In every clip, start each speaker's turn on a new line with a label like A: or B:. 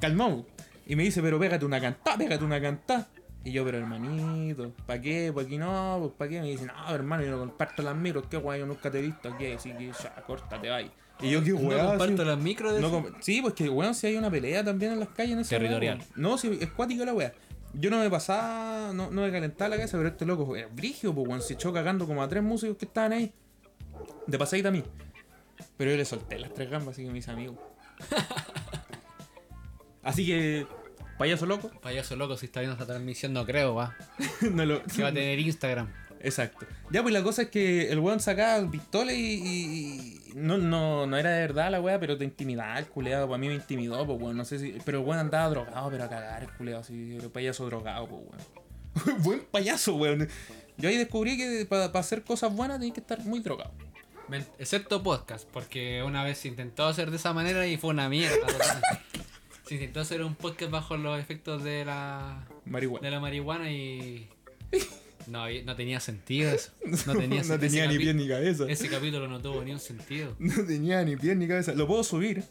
A: calmado. Y me dice, pero pégate una cantada, pégate una cantada. Y yo, pero hermanito, ¿para qué? ¿Para qué no? Pues ¿Para qué? Me dice, no, hermano, yo no comparto las micros, qué guay, yo nunca te he visto aquí, así que ya, córtate, bye. Y yo, qué weá.
B: no
A: así.
B: comparto las micros de
A: No
B: eso.
A: com- sí, pues que weón, si hay una pelea también en las calles en ese
B: Territorial.
A: momento. No, si es cuático la weá. Yo no me pasaba, no, no me calentaba la cabeza, pero este loco es brígido, pues weón, se echó cagando como a tres músicos que estaban ahí. De pasadita a mí. Pero yo le solté las tres gambas, así que me hice amigo. así que, payaso loco,
B: Payaso loco, si está viendo esta transmisión, no creo, va.
A: no lo.
B: Que va a tener Instagram.
A: Exacto. Ya, pues la cosa es que el weón sacaba pistola y. y- y- no, no, no era de verdad la weá, pero te intimidaba el culeado. Pues a mí me intimidó, pues weón. No sé si. Pero el weón andaba drogado, pero a cagar el culeado. Así, era un payaso drogado, pues weón. Buen payaso, weón. Yo ahí descubrí que para hacer cosas buenas tenés que estar muy drogado.
B: Men- Excepto podcast, porque una vez se intentó hacer de esa manera y fue una mierda. totalmente. se intentó hacer un podcast bajo los efectos de la, de
A: Marihuana.
B: la marihuana y. No, había- no tenía sentido eso. No tenía,
A: no tenía ni pie
B: bien
A: ni cabeza.
B: Ese capítulo no tuvo ni un sentido.
A: No tenía ni pie ni cabeza. Lo puedo subir.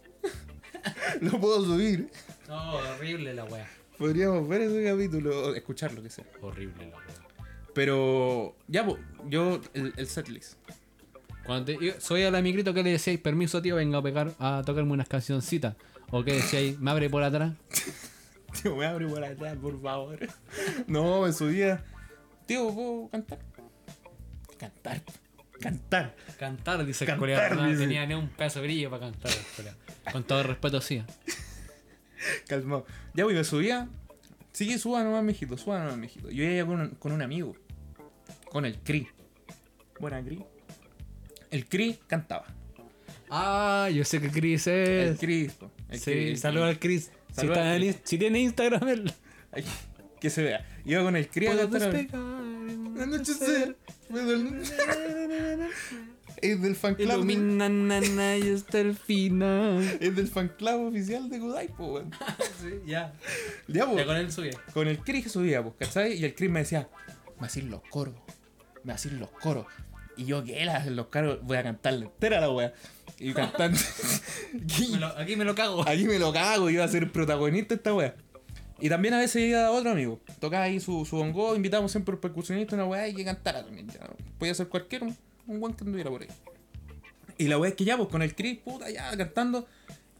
A: Lo puedo subir.
B: No, horrible la wea.
A: Podríamos ver ese capítulo. o Escucharlo, que sea.
B: Horrible la wea.
A: Pero ya, po, yo, el, el setlist.
B: Cuando te- yo soy a la migrito que le decíais, permiso tío, venga a pegar a tocarme unas cancioncitas. O que decíais, me abre por atrás.
A: Tío, me abre por atrás, por favor. No, en su día. Tío, ¿puedo cantar? Cantar. Cantar.
B: Cantar, dice el
A: Cantar,
B: colega. No
A: dice.
B: tenía ni un pedazo de brillo para cantar. el colega. Con todo el respeto, sí.
A: Calmado. Ya, voy, me subía. Sigue, suba nomás, mijito, suba nomás, mijito. Yo iba con un, con un amigo. Con el Cri. Buena, Cri. El Cri cantaba.
B: Ah, yo sé que Chris es.
A: El Cri. po, El
B: sí,
A: Cri, el
B: saluda
A: Cri.
B: al Chris. Si,
A: Saluda
B: está
A: al
B: en
A: Chris.
B: in- si tiene Instagram, él.
A: Ay, que se vea. Iba con el Cri a
B: Puedo
A: cantar.
B: despegar en el
A: Anochecer. me duele. Es del fan club. de-
B: Ilumina, na, na, y hasta el final.
A: Es del fan club oficial de Kudai, po, weón.
B: sí, ya.
A: Ya, po.
B: Ya con él sube.
A: Con el Chris subía, pues, ¿cachai? Y el Chris me decía, me hacen los coros, me hacen los coros. Y yo, ¿qué? Las hacen los coros, voy a cantarle entera la wea. Y cantando.
B: Me lo- aquí me lo cago.
A: Aquí me lo cago, iba a ser protagonista esta wea. Y también a veces iba otro amigo. Tocaba ahí su, su bongo, invitábamos siempre al percusionista, una wea y que cantara también. ya. Podía ser cualquiera, un, un buen que anduviera por ahí. Y la wea es que ya, pues con el Chris, puta, ya cantando.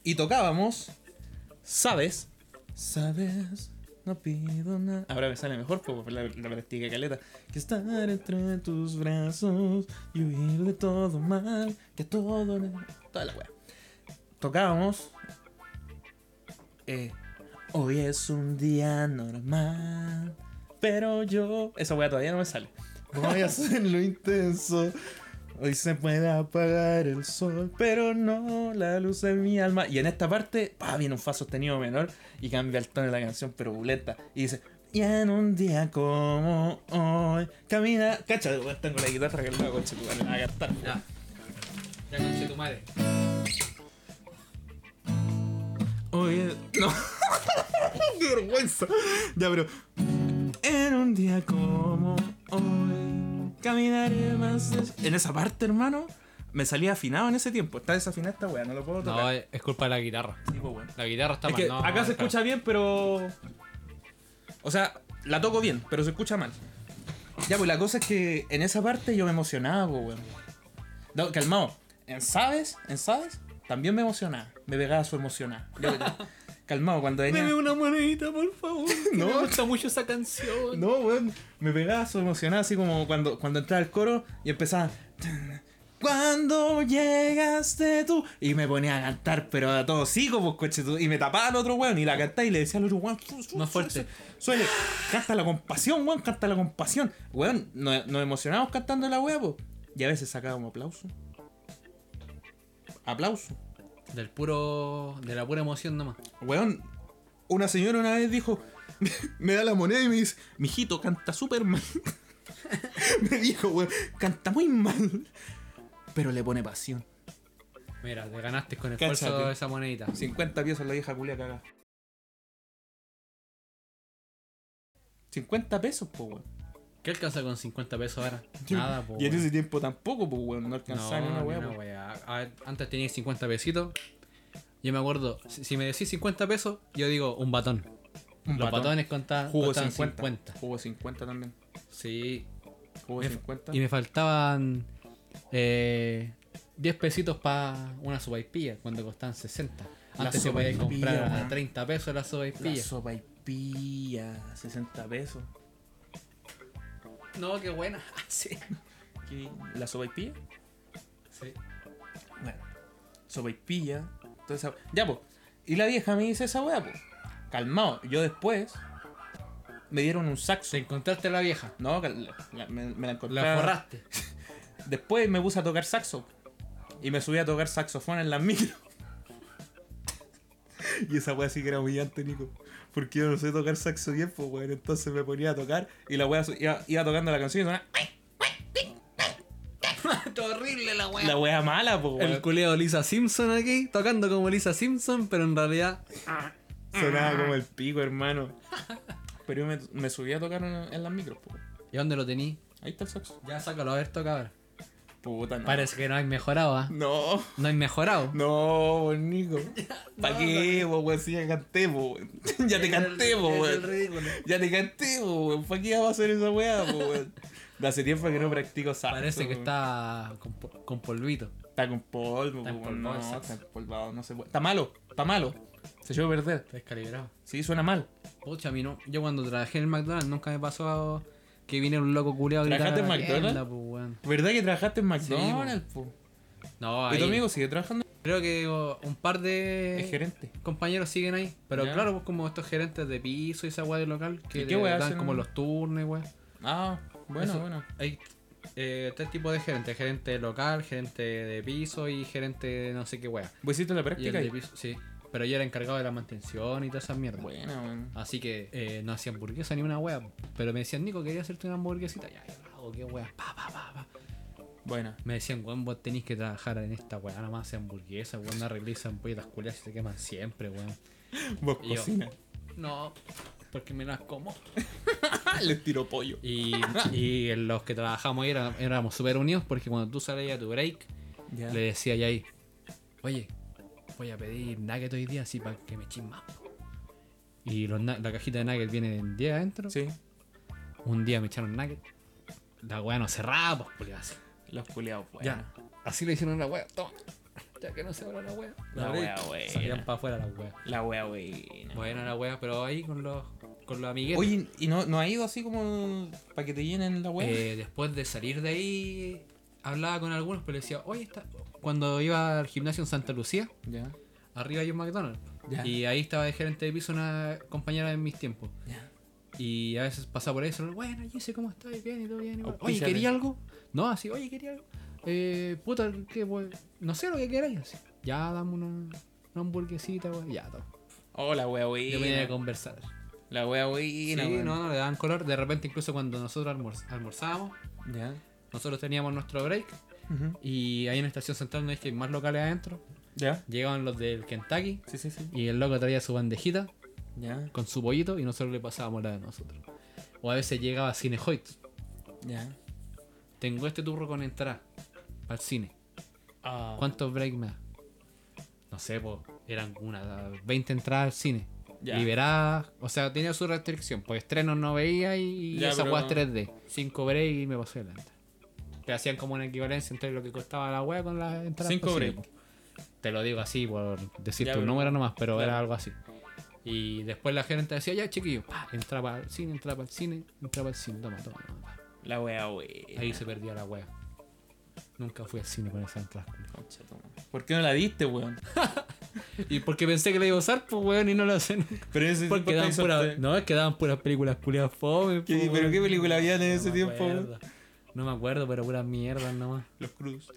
A: Y tocábamos, ¿sabes? ¿Sabes? No pido nada. Ahora me sale mejor, pues por la, la practica caleta. Que estar entre tus brazos y huir de todo mal, que todo. Toda la wea. Tocábamos eh, hoy es un día normal, pero yo. Esa weá todavía no me sale. Voy a hacerlo intenso. Hoy se puede apagar el sol, pero no la luz de mi alma. Y en esta parte, pa, viene un fa sostenido menor y cambia el tono de la canción, pero buleta. Y dice, y en un día como hoy, camina. Cacha, weón, tengo la guitarra que le hago, chico, a gastar.
B: Ya. Ya conche tu madre.
A: Oye, no. Qué vergüenza. Ya, pero. En un día como hoy, caminaré más. des- En esa parte, hermano, me salía afinado en ese tiempo. Está desafinada esta weá, no lo puedo
B: No,
A: tocar.
B: es es culpa de la guitarra.
A: Sí, pues, weón.
B: La guitarra está
A: Es
B: mal.
A: que
B: no,
A: acá se
B: está-
A: escucha bien, pero. O sea, la toco bien, pero se escucha mal. Ya, pues la cosa es que en esa parte yo me emocionaba, pues, weón. No, calmado. En Sabes, en Sabes, también me emocionaba. Me pegaba su emocionada. calmado, cuando venía.
B: Deme una monedita, por favor.
A: No.
B: no. Me gusta mucho esa canción.
A: No, weón, me pegaba su emocionada así como cuando, cuando entraba el coro y empezaba. Cuando llegaste tú. Y me ponía a cantar, pero a todo sí, como coche tú. Y me tapaba al otro weón y la cantaba y le decía al otro weón. "Su- su-
B: Más
A: su-
B: fuerte.
A: su- Suele, canta la compasión, weón, canta la compasión. Weón, nos, nos emocionamos cantando la weá, po. Y a veces sacábamos aplauso. Aplauso.
B: Del puro. De la pura emoción nomás.
A: Weón, una señora una vez dijo, me da la moneda y me dice, mijito, canta súper mal. me dijo, weón, canta muy mal, pero le pone pasión.
B: Mira, te ganaste con esfuerzo
A: Cáchate.
B: esa monedita.
A: 50 pesos la vieja culia cagada. 50 pesos, po, weón.
B: ¿Qué alcanza con 50 pesos ahora? Nada, po.
A: Y en
B: weón.
A: ese tiempo tampoco, po, weón, no
B: No,
A: alcanzaba ni una
B: ni
A: weá,
B: una
A: po.
B: weá. A ver, Antes tenías 50 pesitos. Yo me acuerdo, si, si me decís 50 pesos, yo digo un batón.
A: Un
B: Los
A: batón.
B: batones contaban,
A: Jugo
B: costaban
A: 50.
B: 50.
A: Jugo 50 también.
B: Sí.
A: Jugo
B: Me-
A: 50.
B: Y me faltaban eh, 10 pesitos para una sopaipilla cuando costaban 60.
A: La
B: Antes se podía
A: sopaipilla,
B: comprar a
A: weón.
B: 30 pesos la sopaipilla.
A: La sopa y pilla, 60 pesos.
B: no, qué buena. sí.
A: ¿Qué? ¿La sopa y pilla?
B: Sí.
A: Bueno, sopa y pilla. toda esa- Ya, pues. Y la vieja me dice esa weá, pues. Calmado. Yo después me dieron un saxo.
B: Te encontraste a la vieja.
A: No, cal- la- la- me, me la encontré.
B: La forraste.
A: Después me puse a tocar saxo. Y me subí a tocar saxofón en las micro. Y esa wea sí que era humillante, Nico. Porque yo no sé tocar saxo bien, pues, weón. Entonces me ponía a tocar y la wea su- iba, iba tocando la canción y sonaba. ¡ay!
B: Está horrible la weá.
A: La wea mala, pues,
B: El
A: weón.
B: culeo Lisa Simpson aquí, tocando como Lisa Simpson, pero en realidad.
A: Sonaba como el pico, hermano. Pero yo me, me subí a tocar en, en las micros, pues. weón.
B: ¿Y dónde lo tení?
A: Ahí está el saxo.
B: Ya sácalo a ver, toca ahora.
A: Puta, no.
B: Parece que no hay mejorado, ¿ah?
A: No.
B: No hay mejorado.
A: No, pues, Nico. ¿Para
B: no,
A: qué, po, weón? Si ya canté, po, weón. Ya te canté, po,
B: Es el
A: weón.
B: ridículo.
A: Ya te canté, po, weón. ¿Para qué vas a hacer esa weá, po, weón? De hace tiempo que no practico saxo.
B: Parece que
A: weón.
B: está con, po- con polvito.
A: Está con polvo,
B: Está
A: po, weón.
B: empolvado el
A: No,
B: saxo.
A: está empolvado, no se puede. Está malo, está malo. Se llevó a perder.
B: Está descalibrado.
A: Sí, suena mal.
B: Pucha, a mí no. Yo cuando trabajé en el McDonald's nunca me pasó que viniera un loco culeado a gritar.
A: ¿Trabajaste en
B: a la tienda,
A: McDonald's?
B: pues, weón.
A: ¿Verdad que trabajaste en
B: Sí, po.
A: McDonald's, po?
B: No,
A: ¿Y tu
B: ahí-
A: amigo sigue trabajando?
B: Creo que oh, un par de.
A: Es gerente.
B: compañeros siguen ahí. Pero
A: Ya.
B: claro, pues como estos gerentes de piso y esa weá del local
A: ¿Y
B: que
A: qué
B: te
A: weá
B: dan
A: hacen?
B: como los turnos, weá.
A: Ah, bueno,
B: Eso.
A: bueno.
B: Hay eh, tres tipos de gerentes, gerente local, gerente de piso y gerente de no sé qué weá.
A: ¿Vos hiciste la
B: Y el
A: práctica
B: de
A: ahí?
B: piso, sí. Pero yo era encargado de la mantención y todas esas mierdas.
A: Buena, weón.
B: Así que eh, no hacía hamburguesa ni una weá. Pero me decían, Nico, quería hacerte una hamburguesita. Ya, ya, hago, qué weá. Pa, pa, pa, pa.
A: Buena.
B: Me decían, weón, vos tenés que trabajar en esta weá, nada más hacer hamburguesas, weón, no arregléis ampolletas culiadas y se queman siempre, weón.
A: Vos
B: Y yo-
A: cocinas.
B: No, porque me las como.
A: Les tiro pollo.
B: Y, y los que trabajamos ahí era- éramos súper unidos porque cuando tú salías a tu break,
A: Ya.
B: le decía ya ahí, oye, voy a pedir nugget hoy día así para que me echen más. po". Y los, nu- la cajita de nugget viene en 10 adentro.
A: Sí.
B: Un día me echaron nugget. La weá no cerraba, pues, culiao, así.
A: Los culeados, weón.
B: Ya, así le hicieron a la weá, toma. Ya que no se abra la weá.
A: La
B: abrí,
A: weá buena.
B: Salían para afuera las weas.
A: La wea buena.
B: Bueno, la weá, pero ahí con los, con los amiguetes.
A: Oye, ¿y no, no ha ido así como para que te llenen la wea?
B: Eh, después de salir de ahí, hablaba con algunos, pero le decía, oye, está... cuando iba al gimnasio en Santa Lucía,
A: ya.
B: arriba hay un McDonald's.
A: Ya.
B: Y ahí estaba de gerente de piso una compañera en mis tiempos.
A: Ya.
B: Y a veces pasaba por ahí y decía, bueno, Jesse, ¿cómo estás? Bien, y todo bien. y bueno. Oye,
A: Auspíciate.
B: ¿quería algo? No, así, oye, ¿quería algo? Eh, puta, ¿qué, pues? No sé lo que queráis. Así. Ya, dame una, una hamburguesita, güey. Ya, todo.
A: Oh, la wea
B: Yo venía a
A: buena.
B: conversar.
A: La wea
B: Sí,
A: buena.
B: no,
A: weón.
B: no, le daban color. De repente, incluso cuando nosotros almorz- almorzábamos,
A: Ya.
B: nosotros teníamos nuestro break
A: Ujú.
B: Y ahí en Estación Central no es que hay más locales adentro.
A: Ya.
B: Llegaban los del Kentucky
A: Sí, sí, sí.
B: y el loco traía su bandejita
A: Ya.
B: con su pollito y nosotros le pasábamos la de nosotros. O a veces llegaba Cine Hoyt.
A: Ya.
B: Tengo este turro con entrada al cine.
A: Ah.
B: ¿Cuántos break me da? No sé, po, eran unas 20 entradas al cine.
A: Ya.
B: Liberadas, o sea, tenía su restricción. Pues estrenos no veía y
A: Ya,
B: esa
A: pero-
B: weá es 3D. 5 break y me pasé la entrada. Te hacían como una equivalencia entre lo que costaba la weá con la entrada.
A: Cinco
B: posible,
A: break.
B: po. Te lo digo así por decirte
A: Ya,
B: un
A: pero-
B: número nomás, pero
A: claro.
B: era algo así. Y después la gerente decía, ya chiquillo, pa, entraba al cine, entraba al cine, entraba al cine, toma, toma, toma. pa.
A: La wea buena.
B: Ahí se perdía la wea. Nunca fui al cine con esa entrada.
A: Concha tu madre. ¿Por qué no la diste, weón?
B: Y porque pensé que la iba a usar, pues weón, y no lo hacen.
A: Pero en ese
B: Porque
A: tiempo
B: daban
A: te
B: pura,
A: hizo-
B: no, es que daban puras películas culiadas fome.
A: ¿Qué- ¿Pero
B: po, weón.
A: qué película había en
B: No
A: ese
B: me
A: tiempo, weón?
B: acuerdo. No me acuerdo, pero puras mierdas nomás.
A: Los Cruz.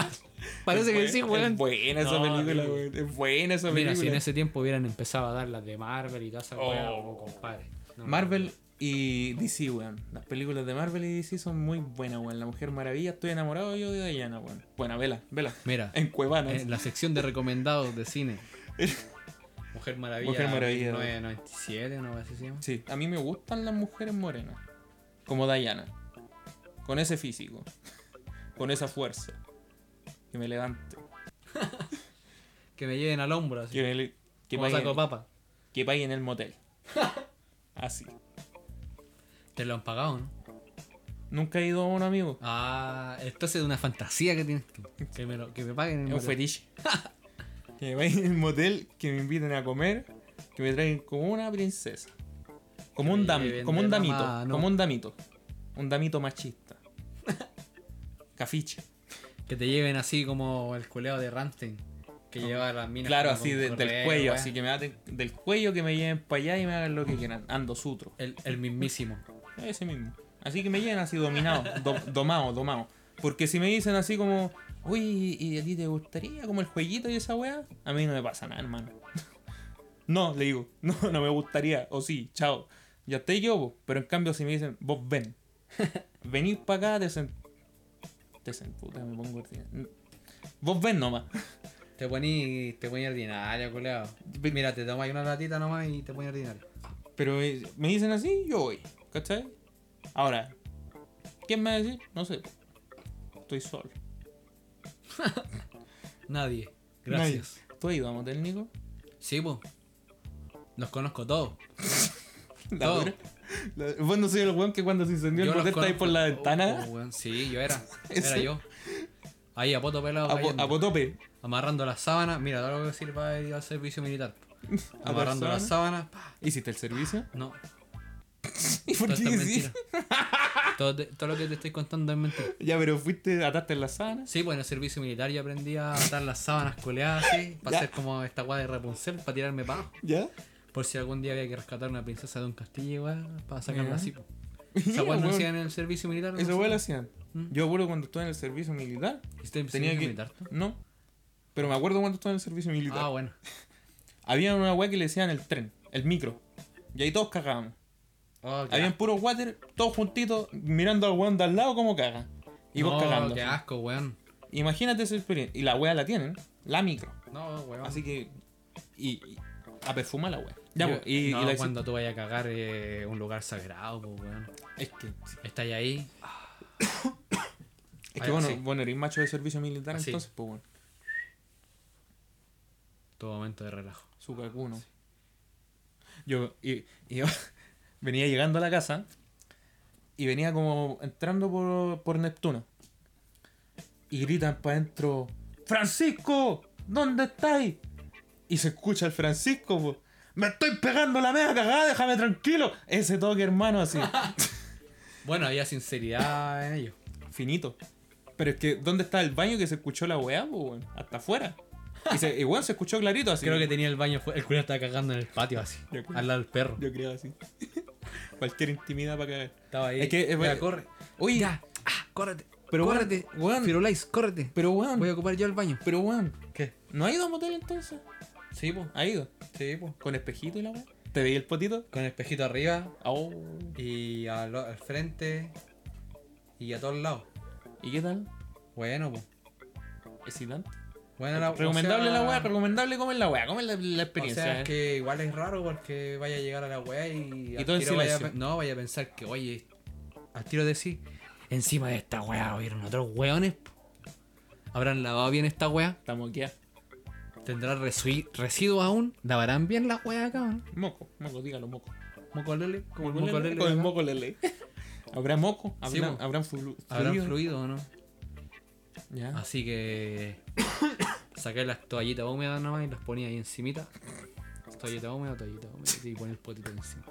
B: Parece
A: Es
B: que
A: buena-
B: sí, weón.
A: Es buena esa
B: No,
A: película,
B: horrible.
A: weón. Es buena esa
B: Mira,
A: película.
B: si en ese tiempo hubieran empezado a dar las de Marvel y todas esas
A: Oh.
B: weas, oh, compadre. No,
A: Marvel y DC, weón. Las películas de Marvel y DC son muy buenas, weón. La Mujer Maravilla, estoy enamorado yo de Diana, weón. Buena, vela, vela.
B: Mira,
A: En Cuevana.
B: en la sección de recomendados de cine. Mujer Maravilla.
A: Mujer Maravilla.
B: 1997, no sé si se llama.
A: Sí, a mí me gustan las mujeres morenas. Como Diana. Con ese físico. Con esa fuerza. Que me levante.
B: Que me lleven al hombro, así.
A: Que, el- que
B: como
A: paguen,
B: saco papa.
A: que paguen el motel. Así.
B: Te lo han pagado, ¿no?
A: Nunca he ido a un amigo.
B: Ah, entonces es una fantasía que tienes tú. Que me, lo- que me paguen
A: Es
B: el
A: un
B: motel.
A: fetiche. que me vayan al motel, que me inviten a comer, que me traigan como una princesa. Como un,
B: me
A: dam,
B: lleven
A: como
B: de
A: un
B: la
A: damito,
B: mano.
A: como un damito. Un damito machista. Cafiche.
B: Que te lleven así como el culeado de Ramstein. Que lleva las minas.
A: Claro,
B: como
A: así
B: con
A: de- del
B: correo,
A: cuello,
B: weá.
A: así que me aten del cuello que me lleven para allá y me hagan lo que quieran. Ando sutro.
B: El, el mismísimo.
A: Ese mismo. Así que me lleven así dominado, do- domado, domado. Porque si me dicen así como, uy, ¿y a ti te gustaría como el jueguito y esa weá? A mí no me pasa nada, hermano. No, le digo, no, no me gustaría. O sí, chao. Ya estoy yo, po. pero en cambio si me dicen, vos ven. Venís para acá, te sen... Te sen... Puta, me pongo... ordinario. Vos ven nomás.
B: Te poní, te poní ordinario, culeado. Mira, te tomas una ratita nomás y te poní ordinario.
A: Pero eh, me dicen así, yo voy. ¿Cachai? Ahora, ¿quién me va a decir? No sé. Estoy solo.
B: Nadie. Gracias.
A: Nadie. ¿Tú has ido a motel, Nico?
B: Sí, pues. Los conozco todos.
A: La
B: No.
A: dura. La- Vos no soy el weón que cuando se incendió
B: Yo
A: el
B: los
A: motel está ahí
B: conozco
A: por la
B: todos,
A: ventana.
B: weón. sí, yo era. Era
A: Ese.
B: yo. Ahí a poto pelado.
A: a, po-
B: cayendo.
A: a potope.
B: amarrando las sábanas. Mira, todo lo que sirva para ir al servicio militar.
A: A
B: Amarrando
A: persona.
B: las sábanas. pa.
A: ¿Hiciste el servicio?
B: No,
A: ¿Y por
B: todo
A: qué
B: esto es
A: hiciste?
B: mentira. todo, te- todo lo que te estoy contando es mentira.
A: Ya, pero fuiste, ataste en las sábanas.
B: Sí, pues en el servicio militar yo aprendí a atar las sábanas coleadas así, para
A: Ya.
B: hacer como esta guada de Rapunzel, para tirarme para abajo.
A: ¿Ya?
B: Por si algún día había que rescatar una princesa de un castillo igual, para sacarla
A: Ya.
B: así. po.
A: Ya,
B: ¿Esa guada no
A: weón.
B: hacían en el servicio militar?
A: Esa weá la hacían.
B: Mm.
A: Yo acuerdo cuando estuve en el servicio militar.
B: tenía
A: Tenía
B: que...
A: que.
B: militar? tú?
A: No. Pero me acuerdo cuando estuve en el servicio militar.
B: Ah, bueno.
A: Había una weá que le decían el tren, el micro. Y ahí todos cagábamos.
B: Oh, qué
A: Habían
B: asco.
A: puros water, todos juntitos, mirando al weón de al lado como caga. Y vos
B: No,
A: cagando.
B: qué
A: así.
B: asco, weón.
A: Imagínate esa experiencia. Y la weá la tienen, la micro.
B: No, weón.
A: Así que. Y. y- a perfumar la weá. Ya,
B: Yo-
A: pues, y, y
B: no,
A: la
B: cuando tú vayas a cagar eh, un lugar sagrado, po, weón.
A: Es que.
B: Estáis ahí.
A: Es
B: Ah,
A: que bueno,
B: sí. Ah,
A: bueno, eres macho de servicio militar,
B: Así.
A: entonces, pues bueno.
B: Tu momento de relajo.
A: Su cacuno. Yo, y, y yo venía llegando a la casa y venía como entrando por, por Neptuno. Y gritan para adentro, ¡Francisco! ¿Dónde estáis? Y se escucha el Francisco, po, ¡Me estoy pegando la mega cagada! ¡Déjame tranquilo! Ese toque, hermano, así,
B: Bueno, había sinceridad en ello.
A: finito. Pero es que, ¿dónde está el baño que se escuchó la weá, po, weón? Hasta afuera. Y, se, y, weón, se escuchó clarito, así.
B: Creo que tenía el baño fuera. El culo estaba cagando en el patio así.
A: De acuerdo.
B: Al lado del perro.
A: Yo creo así. Cualquier intimidad para cagar.
B: Estaba ahí.
A: Es que, es
B: ya,
A: verdad.
B: corre.
A: Oye,
B: Ya. Ah, córrete.
A: Pero, weón,
B: córrete.
A: weón.
B: Firulais, córrete.
A: pero weón,
B: Voy a ocupar yo el baño.
A: pero weón,
B: ¿Qué?
A: ¿no ha ido a motel entonces?
B: Sí, pues.
A: ¿Ha ido?
B: Sí, pues.
A: ¿Con espejito y la weá? ¿Te veía el potito?
B: Con el espejito arriba
A: Oh.
B: y al, al frente y a todos lados.
A: ¿Y qué tal?
B: Bueno, pues.
A: ¿Excitante?
B: Bueno, la, o
A: recomendable
B: sea-
A: la weá, recomendable comer la weá, comer la, la
B: O
A: experiencia.
B: sea, es
A: eh.
B: que igual es raro porque vaya a llegar a la weá y. al
A: todo en
B: tiro vaya a
A: silencio.
B: pe- no, vaya a pensar que, oye, al tiro de sí, encima de esta weá hubieron otros weones. po. ¿Habrán lavado bien esta weá?
A: Está moqueada.
B: ¿Tendrá resui- residuos aún? ¿Lavarán bien la weá acá, o no?
A: Moco, moco, dígalo, moco.
B: ¿Mocolele? ¿Como el
A: Moco
B: mocolele
A: lele, Con el
B: acá?
A: moco lele. ¿Habrá moco?
B: Sí,
A: ¿Habrá,
B: po.
A: habrán flu-
B: ¿Habrán
A: fluido?
B: fluido o no?
A: Ya.
B: Así que. saqué las toallitas húmedas nomás y las ponía ahí encimita. Toallita húmeda, toallita húmeda. Y ponía el potito encima.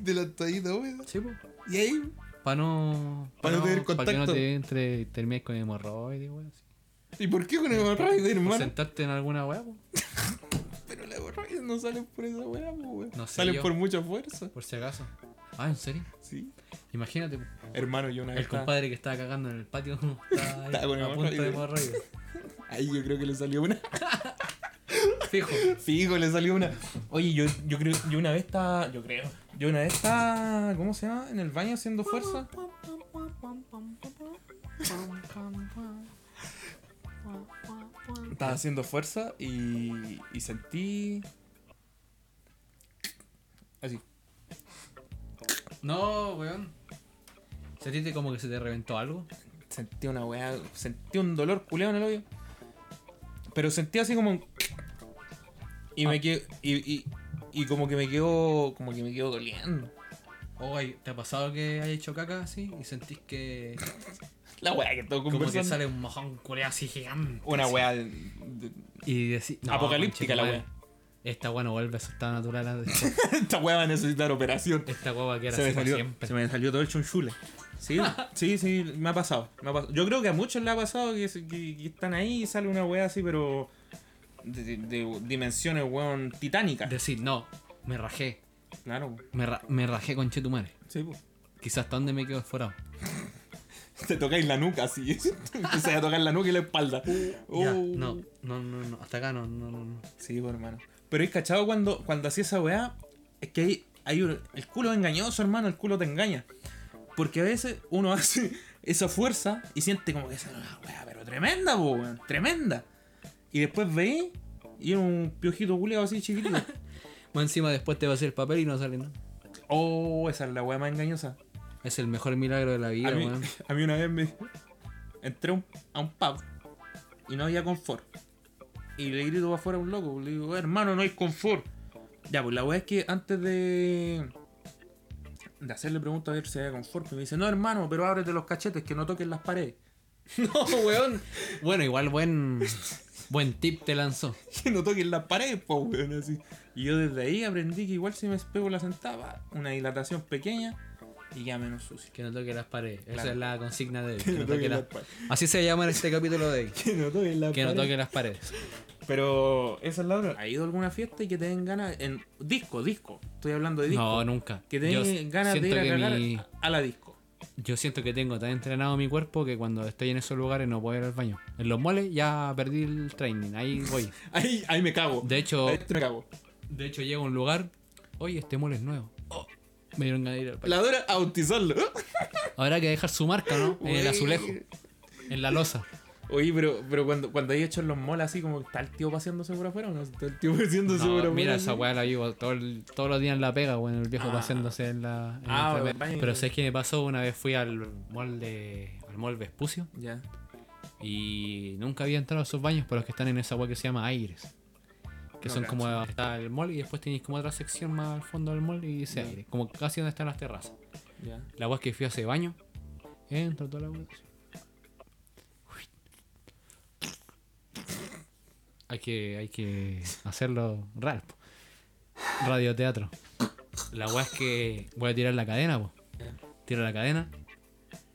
A: De la toallita, weón.
B: Sí, pues.
A: Y ahí,
B: Para no.
A: Pa' no tener
B: Para que no
A: contacto.
B: te entre, termines con hemorroides, weón. así.
A: ¿y por qué con el hemorroide,
B: Por
A: hermano?
B: sentarte en alguna weá, po.
A: Pero la hemorroides no salen por esa weá, po, weón.
B: No sé
A: salen
B: yo.
A: por mucha fuerza.
B: por si acaso. Ah, ¿en serio?
A: Sí.
B: Imagínate, po.
A: Hermano, yo una vez.
B: El
A: estaba-
B: compadre que estaba cagando en el patio estaba ahí
A: Estaba con
B: a punto de
A: hemorroides.
B: hemorroides.
A: Ahí yo creo que le salió una.
B: Fijo.
A: Fijo, le salió una. Oye, yo, yo creo, yo una vez estaba. Yo creo. Yo una vez estaba. ¿Cómo se llama? En el baño haciendo fuerza. Estaba haciendo fuerza y. y sentí. Así.
B: No, weón. ¿Sentiste como que se te reventó algo?
A: Sentí una weá. Sentí un dolor culeado en el hoyo. Pero sentí así como. un Y me quedo. Y, y, y como que me quedo. Como que me quedo doliendo.
B: Oye, ¿te ha pasado que has hecho caca así y sentís que
A: La weá que todo
B: como que
A: conversando.
B: sale un mojón culeado así gigante?
A: Una
B: así?
A: weá. de- de-
B: Y decís, no,
A: Apocalíptica la
B: conchetumare,
A: weá.
B: Esta weá no vuelve a su estado natural.
A: Esta weá va a necesitar operación.
B: Esta weá va a quedar
A: Se me,
B: así para
A: salió,
B: siempre.
A: se me salió todo el chunchule. Sí, sí, sí, me ha, pasado, me ha pasado. Yo creo que a muchos le ha pasado que, se- que- que están ahí y sale una weá así, pero. De, de- de dimensiones, weón, titánicas.
B: Decir, no, me rajé.
A: Claro,
B: Me, ra- me rajé con Chetumare.
A: sí, pues.
B: Quizás hasta dónde me quedo esforado.
A: Te tocáis la nuca, así. Empecé a tocar la nuca y la espalda.
B: Ya,
A: Uh.
B: no, no, no, no, hasta acá no, no, no. no.
A: Sí, pues, hermano. Pero es cachado cuando, cuando hacía esa weá, es que hay, hay un- el culo es engañoso, hermano, el culo te engaña. Porque a veces uno hace esa fuerza y siente como que es una weá, pero tremenda, po, weón, tremenda. Y después veí y era un piojito culeado así chiquitito.
B: Más encima después te va a hacer el papel y no sale nada.
A: oh, esa es la weá más engañosa.
B: Es el mejor milagro de la vida,
A: a, mí,
B: weón.
A: a mí una vez me entré a un- a un pub y no había confort. Y le grito para afuera a un loco, le digo, hermano, no hay confort. Ya, pues la weá es que antes de, de hacerle pregunta a ver si había confort, pues me dice, no hermano, pero ábrete los cachetes que no toquen las paredes.
B: No, weón. Bueno, igual buen, buen tip te lanzó.
A: Que no toquen las paredes, po weón, así. Y yo desde ahí aprendí que igual si me pego la sentaba, una dilatación pequeña y ya menos sucio.
B: Que no toque las paredes. Esa
A: Claro.
B: es la consigna de hoy. Que no
A: toque
B: toque
A: las
B: las-
A: paredes.
B: Así se llama este capítulo de hoy.
A: Que no toquen las
B: Que no toque las paredes.
A: Pero esa es la otra. ¿Ha ido a alguna fiesta y que te den ganas en disco, disco? Estoy hablando de disco.
B: No, nunca.
A: que te den
B: s-
A: ganas de
B: siento
A: ir a
B: que
A: cagar
B: mi-
A: a la disco.
B: Yo siento que tengo tan entrenado mi cuerpo que cuando estoy en esos lugares no puedo ir al baño. En los moles ya perdí el training. Ahí voy.
A: Ahí, ahí me cago.
B: De hecho,
A: Ahí me cago.
B: de hecho llego a un lugar. Oye, este mole es nuevo. Oh, me dieron ganas de ir al baño.
A: La dura a bautizarlo.
B: Habrá que dejar su marca, ¿no? En el
A: Uy.
B: azulejo. En la losa.
A: Oye, pero, pero cuando, cuando hay hecho en los malls así, como está el tío paseándose por afuera o no está el tío paseándose por
B: No,
A: afuera.
B: mira,
A: así?
B: esa weá la vivo todo el- todos los días en la pega, weón. el viejo
A: Ah.
B: paseándose en la. en
A: Ah,
B: el
A: bueno,
B: trape-
A: baño.
B: Pero ¿sabes qué me pasó? Una vez fui al mall de. al mall Vespucio
A: Ya.
B: y nunca había entrado a esos baños por los que están en esa weá que se llama Aires. Que
A: No
B: son como
A: cacho.
B: está el mall y después tenéis como otra sección más al fondo del mall y dice
A: Ya.
B: aire. Como casi donde están las terrazas.
A: Ya.
B: La weá es que fui a ese baño. Entro toda la weá. así. Hay que, hay que hacerlo real. po. Radioteatro. La weá es que voy a tirar la cadena, po. Tiro la cadena.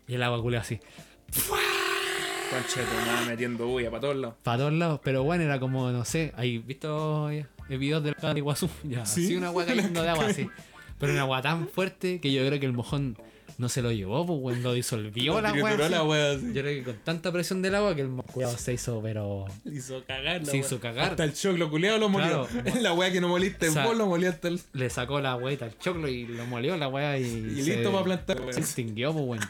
B: Y el agua culea así.
A: Concheto, nada, metiendo bulla para todos lados.
B: Para todos lados. Pero bueno, era como, no sé. Hay visto eh, videos del cara de Iguazú. Ya,
A: Sí.
B: así una weá cayendo de agua así. Pero una agua tan fuerte que yo creo que el mojón no se lo llevó, pues weón, lo disolvió la weá.
A: Trituró
B: así.
A: la wea así.
B: Yo creo que con tanta presión del agua que el cuidado se hizo, pero.
A: Le hizo cagar la
B: Se
A: wea.
B: hizo cagar.
A: Hasta el choclo culeado lo molió.
B: Claro.
A: la wea que no moliste
B: O sea,
A: vos, lo molía hasta el.
B: Le sacó la agüita al choclo y lo molió la weá y.
A: Y listo para plantar.
B: Se extinguió, pues bueno.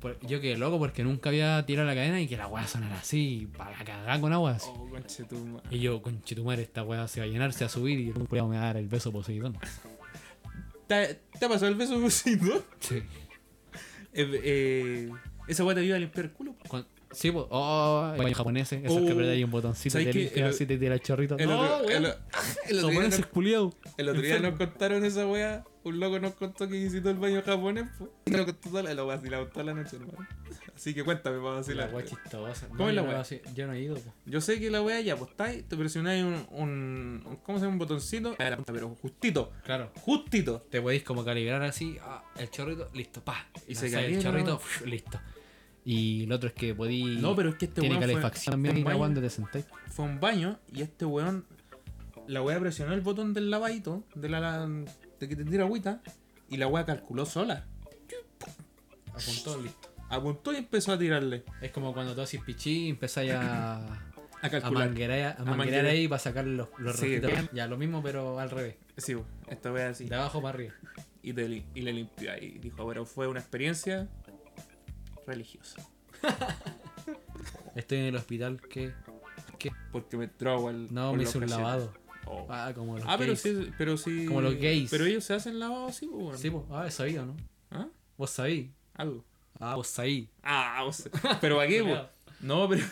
B: Por- Yo quedé loco porque nunca había tirado la cadena y que la weá sonara así, para cagar con agua así.
A: Oh, conchetumare.
B: Y yo, conchetumare, esta weá se va a llenar, se va a subir y un cuidado me va a dar el beso Poseidón.
A: ¿Te, te ha pasado el beso Poseidón?
B: Sí.
A: Eh, eh, esa weá te ayuda a limpiar el culo.
B: Cuan- Sí, pues, oh, baños japoneses, esos que
A: Oh.
B: apretáis un botoncito y
A: ¿Sabes
B: te
A: qué?
B: limpias
A: El-
B: así, te tira el chorrito.
A: El
B: No,
A: otro, el,
B: weón,
A: el otro día,
B: japoneses,
A: nos,
B: culiao.
A: el otro día
B: enfermo.
A: nos contaron esa weá. Un loco nos contó que visitó el baño japonés. po. Y nos contó toda la, la weá, si la toda la noche, hermano. Así que cuéntame, para
B: La
A: vacilar.
B: weá chistosa.
A: ¿Cómo
B: No,
A: es la
B: yo no
A: weá?
B: lo hacía- Yo no he ido, po.
A: Yo sé que la weá ya, pues estáis, te presionáis un, un, un- ¿Cómo se llama? Un botoncito. A la punta, pero justito,
B: Claro.
A: justito.
B: Te podéis como calibrar así, ah, el chorrito, listo, pa.
A: Y se
B: Lanzáis
A: calienta,
B: El chorrito,
A: ¿no?
B: fiu, listo. Y el otro es que podéis.
A: No, pero es que este
B: tiene
A: weón fue-
B: calefacción
A: fue
B: también
A: un
B: y la
A: baño.
B: weá donde te sentáis.
A: fue a un baño y este weón, la weá presionó el botón del lavadito, de la, la- de que te tira agüita, y la weá calculó sola.
B: Apuntó, listo.
A: Apuntó y empezó a tirarle,
B: Es como cuando tú haces pichí y empezáis a.
A: a
B: A
A: calcular.
B: manguerar, a manguerar
A: manguerar.
B: ahí para sacar los, los
A: Sí,
B: rojitos.
A: bien.
B: Ya, lo mismo, pero al revés.
A: sí, bo, esta weá así.
B: De abajo para arriba.
A: Y, te li- y le limpió ahí. Dijo, pero fue una experiencia religiosa.
B: Estoy en el hospital que. que
A: Porque me entró agua al-
B: no,
A: por
B: me
A: los
B: hice un
A: cachetes.
B: lavado.
A: Oh. Ah,
B: Ah, como los
A: pero
B: gays.
A: sí, pero sí.
B: Como los gays.
A: Pero ellos se hacen lavado así, bo, weón.
B: Sí, pues, ah, he sabido, ¿no?
A: ¿Ah?
B: Vos sabí.
A: Algo.
B: Ah, vos sabí.
A: Ah, o sea, pero ¿para qué, bo?
B: Culeado.
A: No, pero.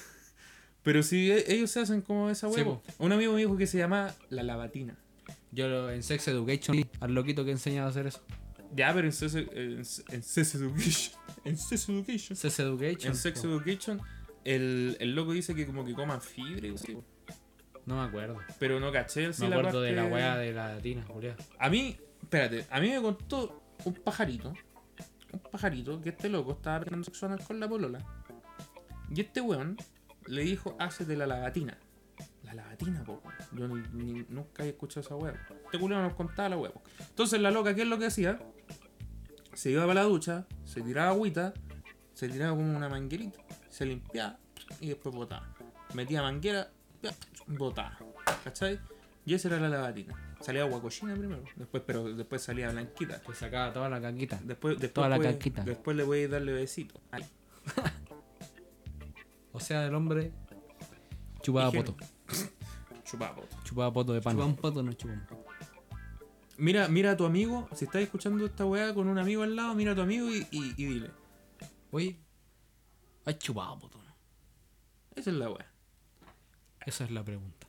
A: Pero si e- ellos se hacen como esa
B: Sí,
A: huevo. Un amigo me dijo que se llama la lavatina.
B: Yo lo- en Sex Education vi al loquito que enseñaba a hacer eso.
A: Ya, pero en Sex, en, en sex Education. En Sex Education.
B: Sex Education.
A: En Sex
B: po.
A: Education, el, el loco dice que como que coman fibra y cosas así.
B: No me acuerdo.
A: Pero no caché el
B: Me acuerdo de la weá de la latina, Julián.
A: A mí, espérate, a mí me contó un pajarito, un pajarito, que este loco estaba teniendo sexo anal con la polola. Y este weón le dijo, hazte la lavatina. La lavatina, po. weón. Yo ni- ni- nunca he escuchado esa weá. Este culo nos contaba la weá. po. Entonces la loca, ¿qué es lo que hacía? Se iba para la ducha, se tiraba agüita, se tiraba como una manguerita, se limpiaba y después botaba. Metía manguera, botaba. ¿Cachai? Y esa era la lavatina. Salía agua cochina primero, después, pero después salía blanquita.
B: Que sacaba toda la caquita.
A: Después, después,
B: Toda la
A: puede-
B: caquita.
A: después le voy a darle besito. Ay,
B: O sea, el hombre chupaba
A: Dijeron.
B: poto.
A: chupado.
B: Chupaba poto de pan. Chupaba un poto, no chupaba
A: Mira, mira a tu amigo, si estás escuchando esta weá con un amigo al lado, mira a tu amigo y, y- y dile.
B: Oye, has chupado poto.
A: Esa es la weá.
B: Esa es la pregunta.